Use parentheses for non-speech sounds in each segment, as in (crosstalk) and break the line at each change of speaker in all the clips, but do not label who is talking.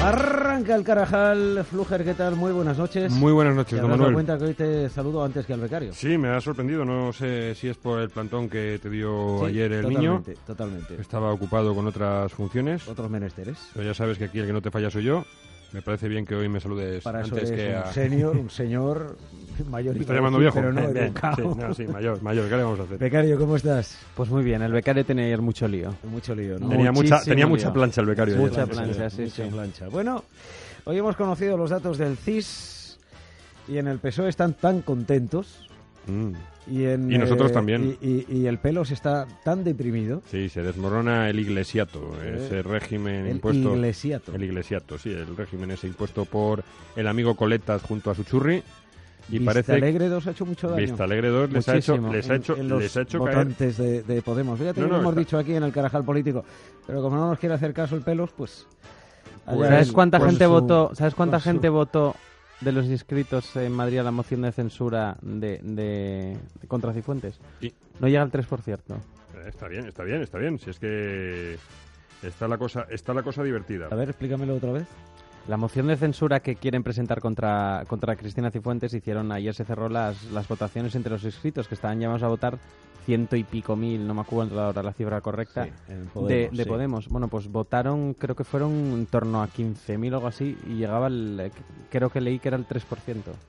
Arranca el Carajal. Fluger, ¿qué tal? Muy buenas noches.
Muy buenas noches,
Te
don
habrás dado
Manuel.
cuenta que hoy te saludo antes que al becario.
Sí, me ha sorprendido. No sé si es por el plantón que te dio
Sí,
ayer el niño. Este-
totalmente, Totalmente.
Estaba ocupado con otras funciones.
Otros menesteres.
Pero ya sabes que aquí el que no te falla soy yo. Me parece bien que hoy me saludes
Para eso
antes
es
que
un
a... (laughs)
senior, un señor mayor. iba
¿Me está
a
llamando
decir,
viejo?
Pero no,
Bien, bien.
educado.
Sí, no, sí, mayor, mayor. ¿Qué le vamos a hacer?
Becario, ¿cómo estás?
Pues muy bien, el becario tenía ayer mucho lío.
Mucho lío, ¿no?
Tenía mucha,
Muchísimo
tenía mucha
lío.
plancha el becario. ayer. ¿eh?
Mucha plancha, sí,
Mucha
sí.
plancha. Bueno, hoy hemos conocido los datos del CIS y en el PSOE están tan contentos.
Mm.
Y, en, eh,
Y nosotros también.
Y, y- y el E pelos está tan deprimido.
Sí, se desmorona el iglesiato,
Eh,
ese régimen
el
impuesto...
iglesiato.
El iglesiato, sí, el régimen ese impuesto por el amigo Coletas junto a su churri. Y parece que
Alegre nos ha hecho mucho daño.
Vista Alegre 2 les ha hecho,
Muchísimo.
les
en-
ha hecho,
en los
les ha hecho caer
votantes de, de Podemos. Fíjate
No,
que
no,
lo hemos
está-
dicho aquí en el carajal político. Pero como no nos quiere hacer caso el pelos, pues... allá
Pues-
¿Sabes
él
cuánta
con
gente
su-
votó? ¿Sabes cuánta
con su-
gente votó de los inscritos en Madrid a la moción de censura de, de- de contra Cifuentes?
Sí.
No llega al 3%. por cierto.
Eh, Está bien, está bien, está bien. Si es que está la cosa, está la cosa divertida.
A ver, explícamelo otra vez.
La moción de censura que quieren presentar contra, contra Cristina Cifuentes hicieron ayer se cerró las, las votaciones entre los inscritos que estaban llamados a votar ciento y pico mil, no me acuerdo ahora la cifra correcta.
Sí, en
de, de
sí.
Podemos. Bueno, pues votaron, creo que fueron en torno a 15.000 o algo así, y llegaba el. Creo que leí que era el 3%.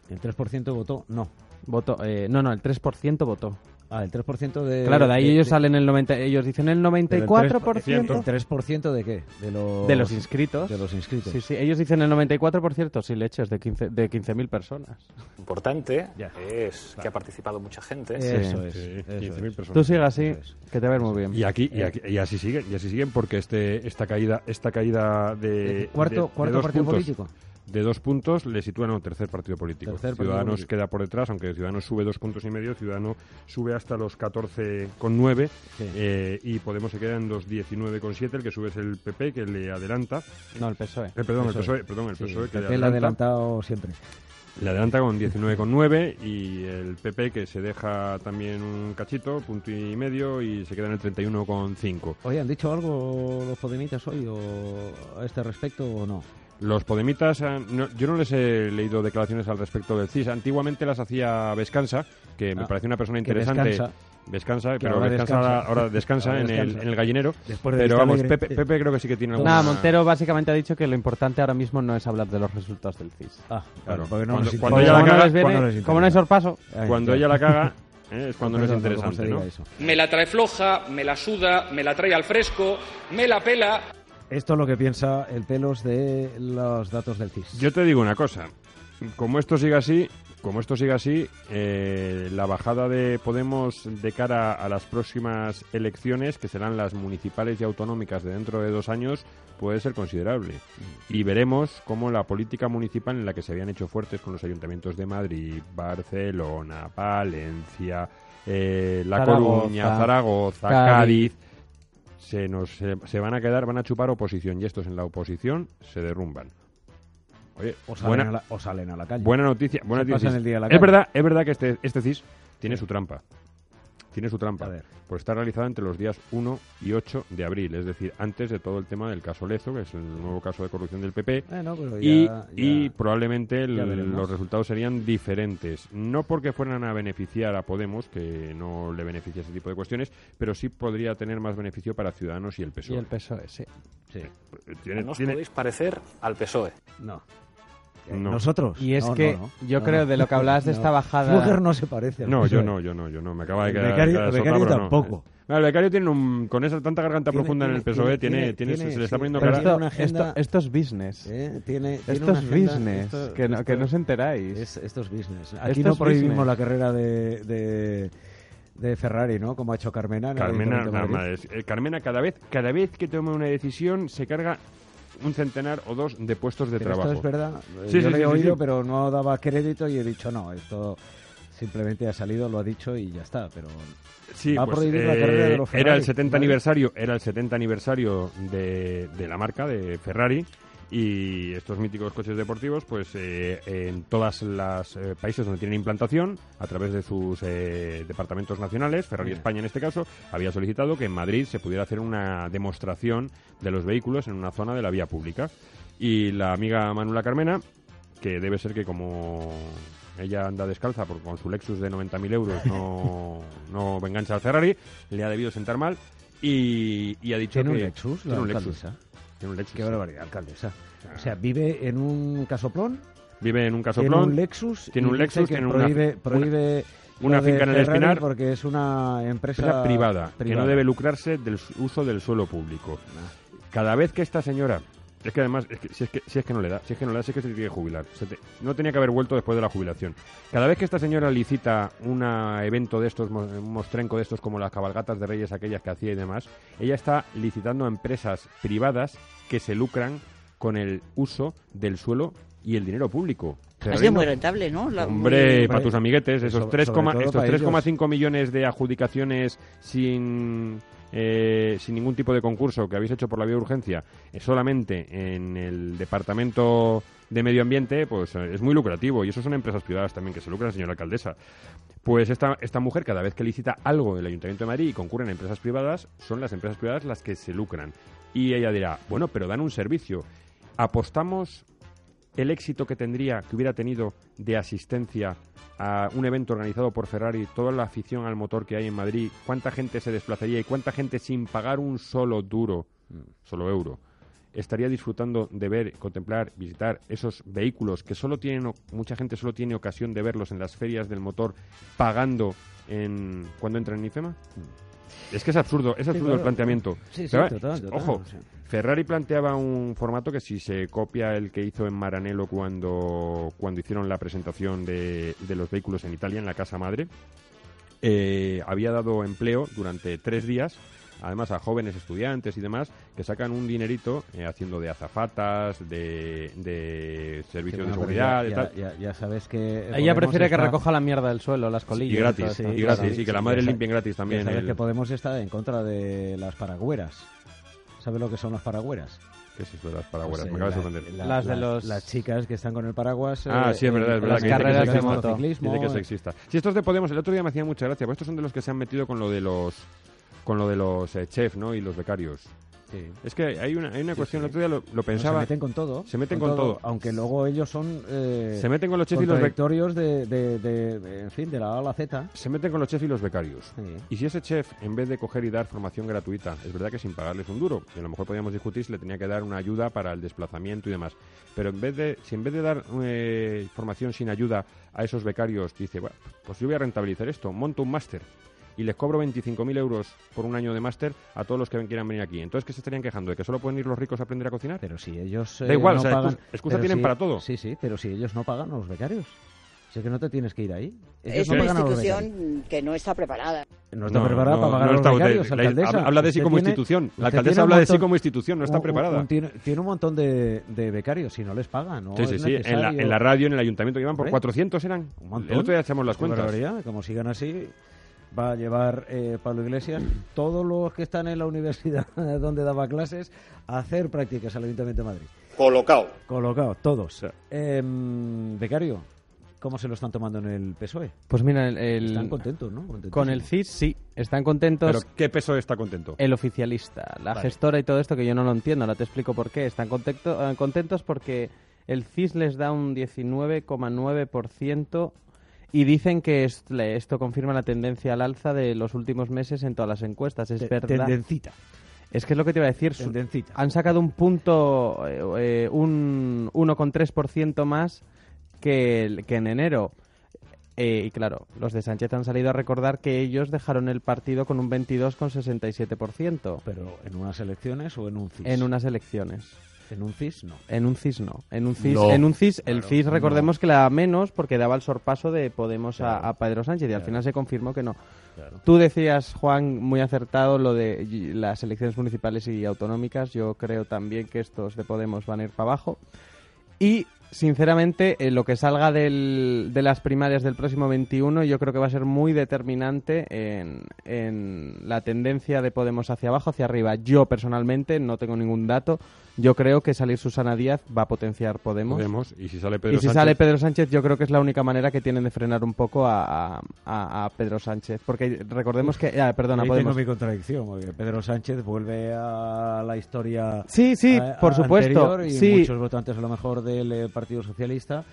El 3% votó no.
Voto, eh, no, no, el 3% votó.
Ah, el 3% de...
claro, de ahí ellos
de-
salen el 90. Ellos dicen el
del
94%.
3%. ¿El 3% de qué? De los,
De los inscritos.
De los inscritos.
Sí, sí, ellos dicen el 94%, sí, leches, de 15 de 15.000 personas.
importante
Ya.
es que ha participado mucha gente.
Eso es.
Sí,
eso
15.000
es.
personas.
Tú sigue así,
Eso
que te va a ver muy bien.
Y aquí,
Eh.
y aquí- y así siguen, y así siguen porque este, esta caída, esta caída de
Eh, cuarto
de- de
cuarto
dos
partido
puntos,
político.
de dos puntos le sitúan a un tercer partido político.
Tercer partido
Ciudadanos
político.
queda por detrás, aunque Ciudadanos sube dos puntos y medio, Ciudadanos sube hasta los 14,9
Sí.
eh, y Podemos se queda en los 19,7, el que sube es el PP, que le adelanta.
No, el PSOE.
Eh, perdón, el
PSOE.
PSOE, perdón, el
Sí,
PSOE,
el
E que le
PP lo ha
adelanta.
adelantado siempre.
Le adelanta con 19,9 y el PP que se deja también un cachito, punto y medio, y se queda en el 31,5.
Oye, ¿han dicho algo los podemitas hoy o a este respecto o no?
Los Podemitas, han- no- yo no les he leído declaraciones al respecto del CIS. Antiguamente las hacía Vescansa, que me
Ah,
parece una persona
que
interesante.
Vescansa.
Vescansa,
Que
pero
ahora
Vescansa
descansa.
ahora- ahora descansa,
Ahora
en, el-
descansa.
en El, gallinero.
Después de
pero
Vista
vamos,
Alegre.
Pepe, Pepe creo que sí que tiene alguna...
Nada, Montero básicamente ha dicho que lo importante ahora mismo no es hablar de los resultados del CIS.
Ah,
Claro.
porque no
Cuando-
nos
cuando
interesa.
ella la
como, no
caga-
les viene-
cuando les
como no hay
interesa.
sorpaso,
Ahí
Cuando
está.
ella
(laughs)
la caga, eh, es cuando no
Perdón, cómo
es
se
interesante,
diga
¿no?
eso.
Me la trae floja, me la suda, me la trae al fresco, me la pela.
Esto es lo que piensa el pelos de los datos del
Pues,
CIS.
Yo te digo una cosa. Como esto siga así, como esto siga así, eh, la bajada de Podemos de cara a las próximas elecciones, que serán las municipales y autonómicas de dentro de dos años, puede ser considerable.
Mm.
Y veremos cómo la política municipal en la que se habían hecho fuertes con los ayuntamientos de Madrid, Barcelona, Valencia, eh, La
Zaragoza,
Coruña, Zaragoza,
Cádiz.
Cádiz, se, nos, se- se van a quedar, van a chupar oposición y estos en la oposición se derrumban. Oye,
o, salen
buena,
Pues a la, o salen a la calle.
buena noticia. Buena
Se
noticia.
pasan el día a la
es
calle.
verdad, es verdad que este, este CIS tiene su trampa. Tiene su trampa.
A ver.
Pues está realizada entre los días 1 y 8 de abril, es decir, antes de todo el tema del caso Lezo, que es el nuevo caso de corrupción del PP.
Eh, no, pero
Y,
ya- ya-
y probablemente el-
ya veremos.
los resultados serían diferentes. No porque fueran a beneficiar a Podemos, que no le beneficia ese tipo de cuestiones, pero sí podría tener más beneficio para Ciudadanos y el PSOE.
y el PSOE, sí.
sí,
Tiene-
no os
tiene-
podéis parecer al PSOE.
no.
Eh, No.
Nosotros.
Y es
No,
que
no, no.
yo
No,
creo
(laughs) no.
de lo que hablabas de esta bajada-
Fluger no se parece. al
No, yo
PSOE.
no, yo no, yo no. Me acaba de
El
quedar.
becario-
quedar
el becario
soplado, pero
tampoco.
No. No, el becario tiene un, con esa tanta garganta
Tiene-
profunda en el
tiene-
PSOE,
tiene-
tiene, tiene,
tiene-
se le está
sí,
poniendo
pero
Pero
cara.
tiene
esto,
una agenda-
esto- esto es business.
Eh, Tiene, tiene
Esto
una
es
agenda-
business,
esto-
que, no, que
esto-
no os enteráis.
Es, esto es business. Aquí
Esto
no
es
prohibimos
business.
la carrera de, de, de Ferrari, ¿no? Como ha hecho Carmena. en el
Carmena,
Ayuntamiento de
nada
Madrid.
más. Eh, Carmena cada vez, cada vez que toma una decisión se carga un centenar o dos de puestos de
Pero
trabajo.
Esto es verdad.
Sí,
Yo
sí,
lo
sí,
he
sí,
oído,
sí.
pero no daba crédito y he dicho no. Esto simplemente ha salido, lo ha dicho y ya está. Pero
Sí,
Va a
pues,
prohibir la carrera de los
era el
Ferrari,
70
¿vale?
aniversario, era el 70 aniversario de, de la marca de Ferrari y estos míticos coches deportivos, pues eh, en todas las eh, países donde tienen implantación, a través de sus eh, departamentos nacionales, Ferrari España en este caso, había solicitado que en Madrid se pudiera hacer una demostración de los vehículos en una zona de la vía pública. Y la amiga Manuela Carmena, que debe ser que como ella anda descalza porque con su Lexus de 90.000
(laughs)
euros no, no engancha al Ferrari, le ha debido sentar mal y, y ha dicho
tiene
que...
un Lexus, la
tiene un Lexus.
alcaldesa.
Tiene un Lexus.
Qué barbaridad, alcaldesa. O sea, vive en un casoplón,
Vive en
tiene
un
un
casoplón.
Lexus.
tiene
y
un
dice
Lexus,
que
tiene una-
prohíbe,
una-
prohíbe
una
lo de
finca en el
Ferrari
Espinar.
Porque es una empresa,
empresa privada, que
privada. Ah.
no debe lucrarse del su- uso del suelo público. Cada vez que esta señora, es que además, es que- si, es que, si es que no le da, si es que no le da, si es que se tiene que jubilar, se te- no tenía que haber vuelto después de la jubilación. Cada vez que esta señora licita un evento de estos, mo- un mostrenco de estos como las cabalgatas de reyes aquellas que hacía y demás, ella está licitando a empresas privadas que se lucran con el uso del suelo y el dinero público.
Ha
Ferrari
sido
no-
muy rentable, ¿no? La-
Hombre,
Hombre,
para tus amiguetes, esos
sobre-
3,
sobre todo
estos
para ellos.
3,5 millones de adjudicaciones sin, eh, sin ningún tipo de concurso que habéis hecho por la vía de urgencia, eh, solamente en el departamento de medio ambiente, pues eh, es muy lucrativo. Y eso son empresas privadas también que se lucran, señora alcaldesa. Pues esta, esta mujer, cada vez que licita algo en el Ayuntamiento de Madrid y concurren a empresas privadas, son las empresas privadas las que se lucran. Y ella dirá, bueno, pero dan un servicio. Apostamos el éxito que tendría, que hubiera tenido de asistencia a un evento organizado por Ferrari, toda la afición al motor que hay en Madrid, cuánta gente se desplazaría y cuánta gente sin pagar un solo duro, solo euro, estaría disfrutando de ver, contemplar, visitar esos vehículos que solo tienen, o- mucha gente solo tiene ocasión de verlos en las ferias del motor pagando en cuando entra en IFEMA. Es que es absurdo, es absurdo el
Mm. claro.
planteamiento.
Sí, sí,
Pero, eh,
total, total,
Ojo,
sí.
Ferrari planteaba un formato que si se copia el que hizo en Maranello cuando, cuando hicieron la presentación de, de los vehículos en Italia, en la Casa Madre, eh, había dado empleo durante tres días, además a jóvenes estudiantes y demás, que sacan un dinerito eh, haciendo de azafatas, de, de
Sí,
servicios de
bueno, pero
seguridad y
ya,
tal.
ya- ya sabes que.
Ella
Podemos
prefiere que
está-
recoja la mierda del suelo, las colillas.
Y gratis,
todo eso.
y
claro,
gratis,
sí,
y que la
sí,
madre
ya
limpien gratis
Ya
también.
sabes
el-
que Podemos estar en contra de las paragüeras. ¿Sabes lo que son las paragüeras?
¿Qué es eso de las paraguas?
Pues,
Me
eh,
acabas de
la-
sorprender.
la-
Las de los-
Las chicas que están con el paraguas.
Ah,
eh,
sí, es verdad,
en- en
es verdad
las
que dice que
carreras
es
de
sexista.
motociclismo.
Dice que es sexista. Si estos de Podemos, el otro día me hacía mucha gracia, pues estos son de los que se han metido con lo de los con lo de los eh, chefs, ¿no? Y los becarios.
sí.
Es que hay una, hay una
Sí,
cuestión,
sí.
el otro día lo, lo
Pero
pensaba.
se meten con todo.
Se meten con todo.
Aunque luego ellos son. Eh,
Se meten con los chefs y los becarios.
contradictorios de, de, de- de- En fin, de la A a la Z.
Se meten con los chefs y los becarios.
Sí.
Y si ese chef, en vez de coger y dar formación gratuita, es verdad que sin pagarles un duro, que a lo mejor podíamos discutir si le tenía que dar una ayuda para el desplazamiento y demás, pero en vez de, si en vez de dar eh, formación sin ayuda a esos becarios, dice, "Buah, pues yo voy a rentabilizar esto, monto un máster y les cobro 25.000 euros por un año de máster a todos los que quieran venir aquí. Entonces, ¿qué se estarían quejando? ¿De que solo pueden ir los ricos a aprender a cocinar?
Pero si ellos. eh,
Da igual,
no
o sea,
pagan,
excusa- excusa
pero
tienen
si-
para todo.
Sí, sí, pero si ellos no pagan a los becarios. Sé que no te tienes que ir ahí. Ellos
Es
no
una
pagan a los becarios.
institución que no está preparada.
No está
No,
preparada
no,
para pagar
no
a los
está-
becarios,
la-
alcaldesa.
habla- habla de sí
Usted
como
tiene-
institución. La
usted
alcaldesa
tiene un
habla de sí
montón-
como institución, no
un-
está
un-
preparada.
un- tiene, tiene un montón de, de becarios y no les pagan. ¿no?
Sí, sí,
Es
sí. En la,
necesario.
en la radio, en el ayuntamiento, que iban por
Hombre.
400 eran.
Un montón.
El otro día echamos las
Qué
cuentas.
barbaridad, Como sigan así, va a llevar eh, Pablo Iglesias todos los que están en la universidad (laughs) donde daba clases a hacer prácticas al Ayuntamiento de Madrid.
Colocado.
Colocados, todos.
Sí.
Em, becario, ¿cómo se lo están tomando en el PSOE?
Pues mira, el- el-
E? Están contentos, ¿no? Contentísimos.
con el CIS sí, están contentos.
Pero ¿qué peso está contento?
eh,
El oficialista, la
Vale.
gestora y todo esto que yo no lo entiendo, ahora te explico por qué. Están contento- eh, contentos porque el CIS les da un 19,9% y dicen que es- le- esto confirma la tendencia al alza de los últimos meses en todas las encuestas. Es
Te-
verdad.
Tendencita.
Es que es lo que te iba a decir. su-
Tendencita.
han sacado un punto, eh, eh, un 1,3% más que, el- que en enero. Eh, y claro, los de Sánchez han salido a recordar que ellos dejaron el partido con un 22,67%
Pero en unas elecciones o en un CIS.
en unas elecciones.
En un CIS no.
En un CIS no. En un CIS,
No.
en un CIS el
Claro,
CIS
no.
recordemos que le daba menos porque daba el sorpaso de Podemos a-
Claro.
a, Pedro Sánchez y al final se confirmó que no.
Claro.
Tú decías, Juan, muy acertado lo de y- las elecciones municipales y autonómicas. Yo creo también que estos de Podemos van a ir para abajo. Y, sinceramente, eh, lo que salga del- de las primarias del próximo 21 yo creo que va a ser muy determinante en, en la tendencia de Podemos hacia abajo, hacia arriba. Yo, personalmente, no tengo ningún dato. Yo creo que salir Susana Díaz va a potenciar Podemos.
Podemos. Y si sale Pedro
y si
Sánchez,
sale Pedro Sánchez, yo creo que es la única manera que tienen de frenar un poco a, a- a- a Pedro Sánchez. Porque recordemos que... ah, perdona,
Ahí
Podemos.
tengo mi contradicción, porque Pedro Sánchez vuelve a la historia.
Sí, sí,
a-
por
a-
supuesto.
anterior Y
sí.
muchos votantes, a lo mejor, del eh, Partido Socialista.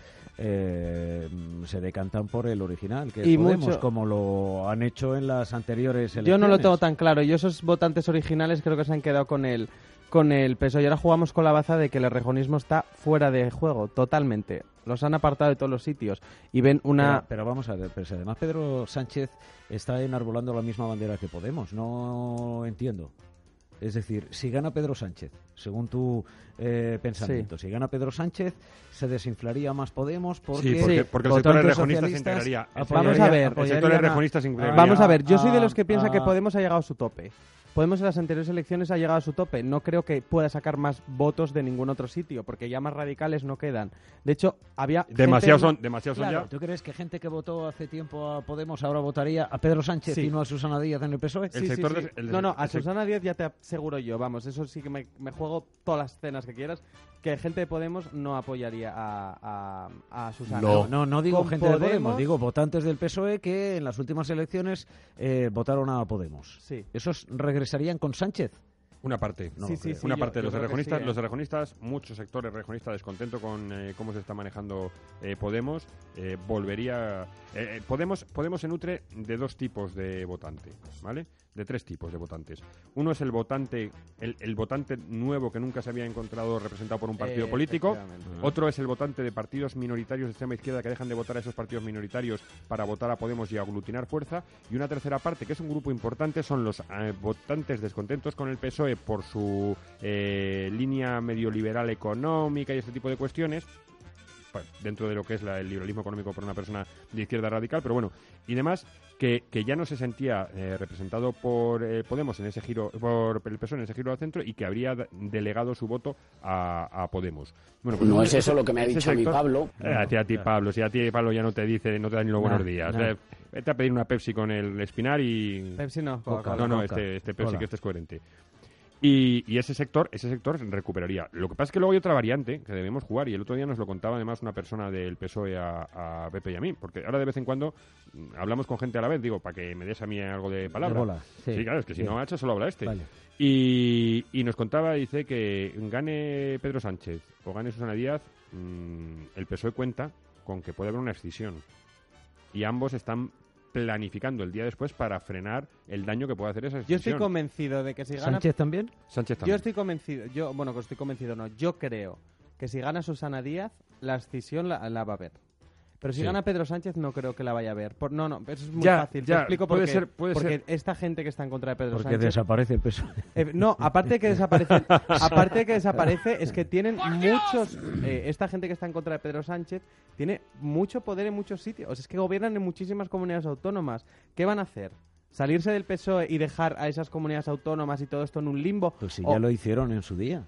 eh, se decantan por el original, que es
Y
Podemos,
mucho-
como lo han hecho en las anteriores elecciones.
Yo no lo tengo tan claro. Yo esos votantes originales creo que se han quedado con el, con el peso. Y ahora jugamos con la baza de que el errejonismo está fuera de juego, totalmente. Los han apartado de todos los sitios. Y ven una...
Pero, pero vamos a ver, pero si además Pedro Sánchez está enarbolando la misma bandera que Podemos, no entiendo. Es decir, si gana Pedro Sánchez, según tu eh, pensamiento, si gana Pedro Sánchez, se desinflaría más Podemos porque,
Sí, porque- porque el sector
votantes
regionalista se
socialistas
integraría. El
apoyaría-
sector- Vamos a ver.
el sector
apoyarían a-
regionalista se integraría.
Vamos a ver, yo
a-
soy de los que piensa
a-
que Podemos ha llegado a su tope. Podemos en las anteriores elecciones ha llegado a su tope. No creo que pueda sacar más votos de ningún otro sitio, porque ya más radicales no quedan. De hecho, había... gente-
demasiados son, demasiados son
Claro,
ya.
¿Tú crees que gente que votó hace tiempo a Podemos ahora votaría a Pedro Sánchez
Sí.
y no a Susana Díaz en el PSOE?
El sector de- el-
no, no, a
el sec-
Susana Díaz ya te aseguro yo, vamos, eso sí que me, me juego todas las cenas que quieras, que gente de Podemos no apoyaría a, a- a Susana.
No.
No, no digo
Con
gente de Podemos,
Podemos-
digo votantes del PSOE E que en las últimas elecciones eh, votaron a Podemos.
Sí.
¿Esos regresarían con Sánchez?
Una parte. eh,
No
Sí,
lo
sí,
creo.
sí.
una
yo-
parte de
yo
los
creo que
rejonistas,
sí, ¿eh?
los rejonistas, muchos sectores rejonistas descontento con eh, cómo se está manejando eh, Podemos, eh, volvería eh, eh, Podemos Podemos se nutre de dos tipos de votante, ¿vale? De tres tipos de votantes. Uno es el votante el, el votante nuevo que nunca se había encontrado representado por un partido
Eh,
político.
efectivamente.
Otro es el votante de partidos minoritarios de extrema izquierda que dejan de votar a esos partidos minoritarios para votar a Podemos y aglutinar fuerza. Y una tercera parte, que es un grupo importante, son los eh, votantes descontentos con el PSOE E por su eh, línea medio liberal económica y este tipo de cuestiones. pa- dentro de lo que es la- el liberalismo económico para una persona de izquierda radical, pero bueno, y demás, que, que ya no se sentía eh, representado por eh, Podemos en ese giro, por el PSOE E en ese giro al centro y que habría de- delegado su voto a, a Podemos. Bueno, pues
No es eso lo que me ha
ese
dicho a mi
sector-
Pablo.
eh, a ti, a ti, Pablo. Si a ti, Pablo, ya no te dice, no te da ni los
Nah,
buenos días.
nah.
Eh, vete a pedir una Pepsi con el espinar y...
Pepsi no, Coca-Cola.
no, no,
Coca.
este, este Pepsi
Cola.
que este es coherente. Y, y ese sector ese sector recuperaría. Lo que pasa es que luego hay otra variante que debemos jugar y el otro día nos lo contaba además una persona del PSOE E a, a Pepe y a mí, porque ahora de vez en cuando mm, hablamos con gente a la vez, digo, para que me des a mí algo de palabra.
bola, sí.
claro, es que si
Sí.
no, Hacha solo habla este.
Vale.
Y, y nos contaba, dice que gane Pedro Sánchez o gane Susana Díaz, mm, el PSOE cuenta con que puede haber una escisión. Y ambos están planificando el día después para frenar el daño que puede hacer esa
Yo
escisión.
estoy convencido de que si gana...
¿Sánchez también?
Sánchez
Yo
también.
estoy convencido, yo, bueno, que estoy convencido no, yo creo que si gana Susana Díaz, la escisión la, la va a ver. Pero si
Sí.
gana Pedro Sánchez, no creo que la vaya a ver. Por, no, no, eso es muy
Ya,
fácil. Te
ya,
explico por
puede
qué.
ser- puede
porque
ser.
esta gente que está en contra de Pedro
Porque
Sánchez
desaparece el PSOE.
Eh, no, aparte de
(laughs)
que desaparece, aparte de que desaparece, es que tienen muchos, eh, esta gente que está en contra de Pedro Sánchez tiene mucho poder en muchos sitios. O sea, es que gobiernan en muchísimas comunidades autónomas. ¿Qué van a hacer? Salirse del PSOE E y dejar a esas comunidades autónomas y todo esto en un limbo.
Pues si
O-
ya lo hicieron en su día.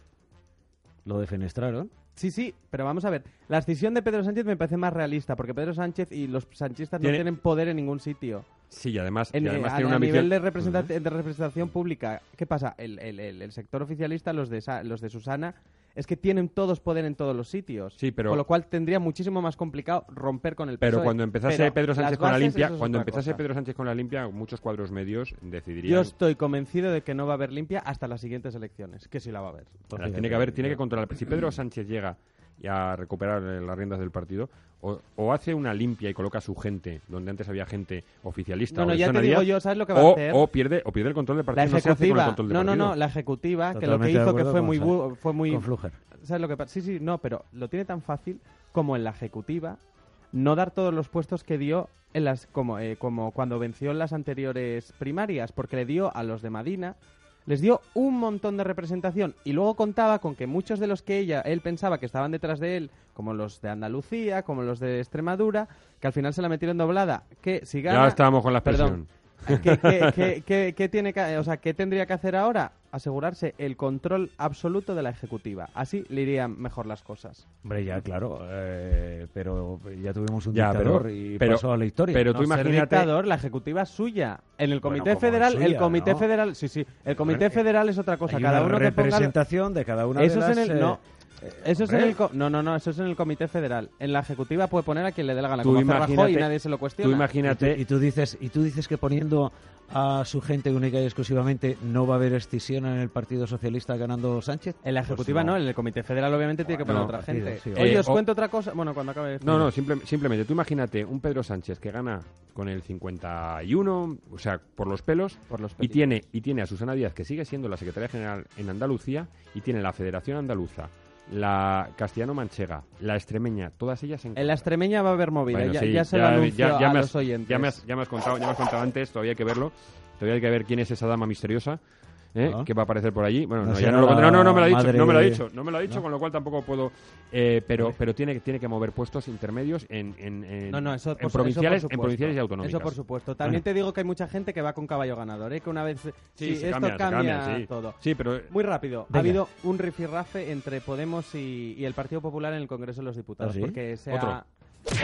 Lo defenestraron.
Sí, sí, pero vamos a ver. La decisión de Pedro Sánchez me parece más realista, porque Pedro Sánchez y los sanchistas
Tiene-
no tienen poder en ningún sitio.
Sí, y además,
En-
y además
a,
tiene
a
una
nivel
visión-
de, representa- de representación pública, ¿qué pasa? El, el- el- el sector oficialista, los de, Sa- los de Susana, es que tienen todos poder en todos los sitios.
Sí, pero-
Con lo cual tendría muchísimo más complicado romper con el
Pero
PSOE.
cuando empezase
E. Pero
Pedro Sánchez
las
con la
bases,
limpia,
eso es
cuando
otra
empezase
cosa.
Pedro Sánchez con la limpia, muchos cuadros medios decidirían.
Yo estoy convencido de que no va a haber limpia hasta las siguientes elecciones, que sí la va a haber.
Las tiene que haber, tiene que controlar. Si Pedro Sánchez llega y a recuperar eh, las riendas del partido, o, o hace una limpia y coloca a su gente, donde antes había gente oficialista.
No, no,
o de
ya te
Susana
digo
Díaz,
yo, ¿sabes lo que va a
o-
hacer?
O pierde, o pierde el control del
La
partido. no se hace con el
ejecutiva,
control del
no, no,
partido.
no, la ejecutiva, que lo que
Totalmente de
hizo que
acuerdo
fue
con
muy,
Sánchez.
bu- fue muy
Con Fluger.
¿Sabes lo que pasa? Sí, sí, no, pero lo tiene tan fácil como en la ejecutiva no dar todos los puestos que dio en las como, eh, como cuando venció en las anteriores primarias, porque le dio a los de Madina, les dio un montón de representación y luego contaba con que muchos de los que ella, él pensaba que estaban detrás de él, como los de Andalucía, como los de Extremadura, que al final se la metieron doblada, que si gana...
Ya estábamos con la
Perdón.
expresión.
¿Qué, qué- qué- qué- qué tiene que, o sea, ¿qué tendría que hacer ahora? Asegurarse el control absoluto de la ejecutiva. Así le irían mejor las cosas.
Hombre, ya, claro, eh, pero ya tuvimos un
Ya, pero-
dictador y
pero-
pasó a la historia.
pero tú
No, ser
imagínate-
dictador, la ejecutiva es suya. En el Comité
Bueno, como
Federal,
es
el
suya,
Comité
¿no?
Federal, sí, sí, el Comité
Hombre,
Federal es otra cosa.
Hay
Cada
una
uno que ponga...
representación de cada una
Eso
de
es
las...
en el...
eh,
No. Eso es en
hombre.
el co- no, no, no, eso es en el Comité Federal. En la ejecutiva puede poner a quien le dé la gana,
Tú
como hace Rajoy,
imagínate-
y nadie se lo
Tú
cuestiona.
imagínate,
Y, tú, y tú dices, y tú dices que poniendo a su gente única y exclusivamente no va a haber escisión en el Partido Socialista ganando Sánchez.
En la
Pues
ejecutiva no. en el Comité Federal obviamente tiene que poner
No,
otra
partido,
gente.
sí,
Oye,
eh,
os
o-
cuento otra cosa. Bueno, cuando acabe.
No, no, simple- simplemente tú imagínate un Pedro Sánchez que gana con el 51, o sea, por los pelos,
Por los
y
pelos.
tiene, y tiene a Susana Díaz, que sigue siendo la secretaria general en Andalucía, y tiene la Federación Andaluza, la castellano-manchega, la extremeña, todas ellas en
En la extremeña va a haber movida,
Bueno,
ya,
sí,
ya se
ya-
lo anuncio
ya- ya
a
me has-
los oyentes.
Ya me, has, ya me has contado, ya me has contado antes, todavía hay que verlo. Todavía hay que ver quién es esa dama misteriosa ¿eh?
Ah.
que va a aparecer por allí. Bueno,
No
no, ya
será
no, lo-
la
no, no, no me lo ha dicho,
madre
no me lo ha
de-
dicho, no me lo ha dicho,
¿No?
con lo cual tampoco puedo. eh, pero pero tiene, tiene que mover puestos intermedios en, en, en-
No, no, eso,
en
por- eso por
provinciales, en
supuesto.
provinciales y autonómicas.
Eso por supuesto. También te digo que hay mucha gente que va con caballo ganador, ¿eh? que una vez
Sí,
si
se
esto
cambia,
cambia,
se cambia, sí.
todo.
Sí, pero
Muy rápido.
Venga.
Ha habido un rifirrafe entre Podemos y, y el Partido Popular en el Congreso de los Diputados,
¿Ah, sí?
porque se ha-
Otro.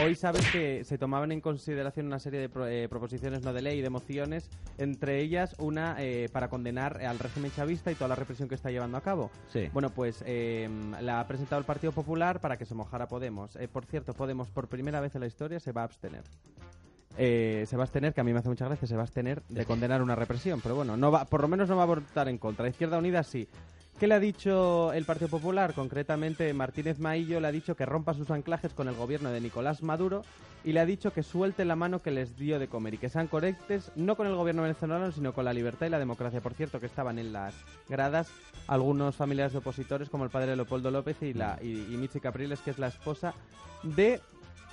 Hoy sabes que se tomaban en consideración una serie de pro- eh, proposiciones no de ley y de mociones, entre ellas una eh, para condenar al régimen chavista y toda la represión que está llevando a cabo.
Sí.
Bueno, pues eh, la ha presentado el Partido Popular para que se mojara Podemos. Eh, por cierto, Podemos por primera vez en la historia se va a abstener. Eh, se va a abstener, que a mí me hace mucha gracia, se va a abstener de condenar una represión. Pero bueno, no va, por lo menos no va a votar en contra. Izquierda Unida sí. ¿Qué le ha dicho el Partido Popular? Concretamente, Martínez Maillo le ha dicho que rompa sus anclajes con el gobierno de Nicolás Maduro y le ha dicho que suelte la mano que les dio de comer y que sean correctes no con el gobierno venezolano, sino con la libertad y la democracia. Por cierto, que estaban en las gradas algunos familiares de opositores, como el padre Leopoldo López y, la, y, y Michi Capriles, que es la esposa de.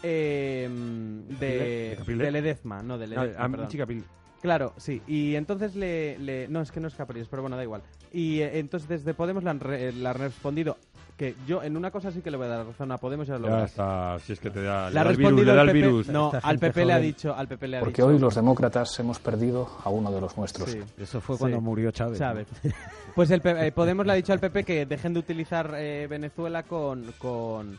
eh,
¿De
de,
Capriles?
de Ledezma, no de
No,
Ledezma.
a mí,
perdón.
chica, Pil-
Claro, sí. Y entonces le, le- No, es que no es Capriles, pero bueno, da igual. Y eh, entonces desde Podemos le han, re- le han respondido que yo en una cosa sí que le voy a dar razón a Podemos y ahora lo
ya
verás.
está, si es que te da,
Le
le
ha
da el virus,
respondido
le da
el
el
PP,
virus.
No,
Esta
al
gente
PP le ha
joven.
dicho, al PP le ha
Porque
dicho.
hoy los demócratas hemos perdido a uno de los nuestros.
Sí.
Eso fue cuando
Sí.
murió Chávez. ¿no?
Chávez. Pues el P- eh, Podemos le ha dicho al PP que dejen de utilizar eh, Venezuela con, con,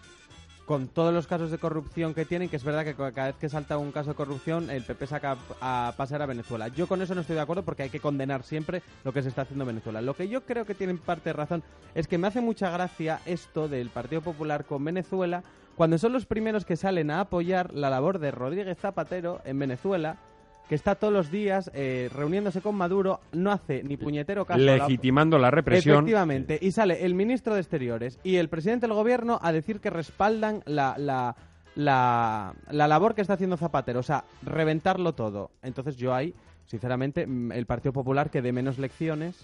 con todos los casos de corrupción que tienen, que es verdad que co- cada vez que salta un caso de corrupción el PP saca a pasar a Venezuela. Yo con eso no estoy de acuerdo porque hay que condenar siempre lo que se está haciendo en Venezuela. Lo que yo creo que tienen parte de razón es que me hace mucha gracia esto del Partido Popular con Venezuela cuando son los primeros que salen a apoyar la labor de Rodríguez Zapatero en Venezuela que está todos los días eh, reuniéndose con Maduro, no hace ni puñetero caso. a la-
Legitimando la represión.
Efectivamente. Y sale el ministro de Exteriores y el presidente del gobierno a decir que respaldan la, la, la, la labor que está haciendo Zapatero. O sea, reventarlo todo. Entonces yo ahí, sinceramente, mm, el Partido Popular que de menos lecciones,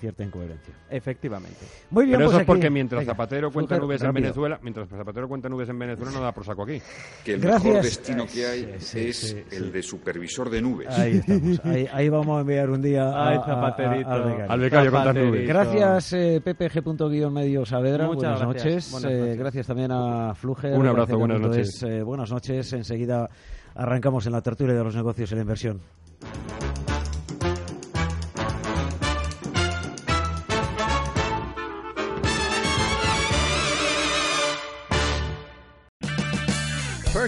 Cierta incoherencia.
efectivamente.
Muy
Pero eso
pues
es porque
aquí-
mientras
venga,
Zapatero cuenta
Fulgero,
nubes en
rápido.
Venezuela, mientras Zapatero cuenta nubes en Venezuela no da por saco aquí.
que el
Gracias.
mejor destino que hay
Ay, sí, sí,
es
sí,
el
sí.
de supervisor de nubes.
Ahí
(laughs)
estamos. Ahí, ahí vamos a enviar un día a,
Ay,
a- a-
Zapaterito.
al becario.
Al becario contar
Zapaterito.
nubes.
Gracias, eh, ppg.guionmedio Saavedra.
Muchas
buenas,
gracias.
noches.
Buenas
Eh,
noches.
gracias también a Fluger.
Un abrazo, buenas
Entonces,
noches.
eh, buenas noches. Enseguida arrancamos en la tertulia de los negocios y la inversión.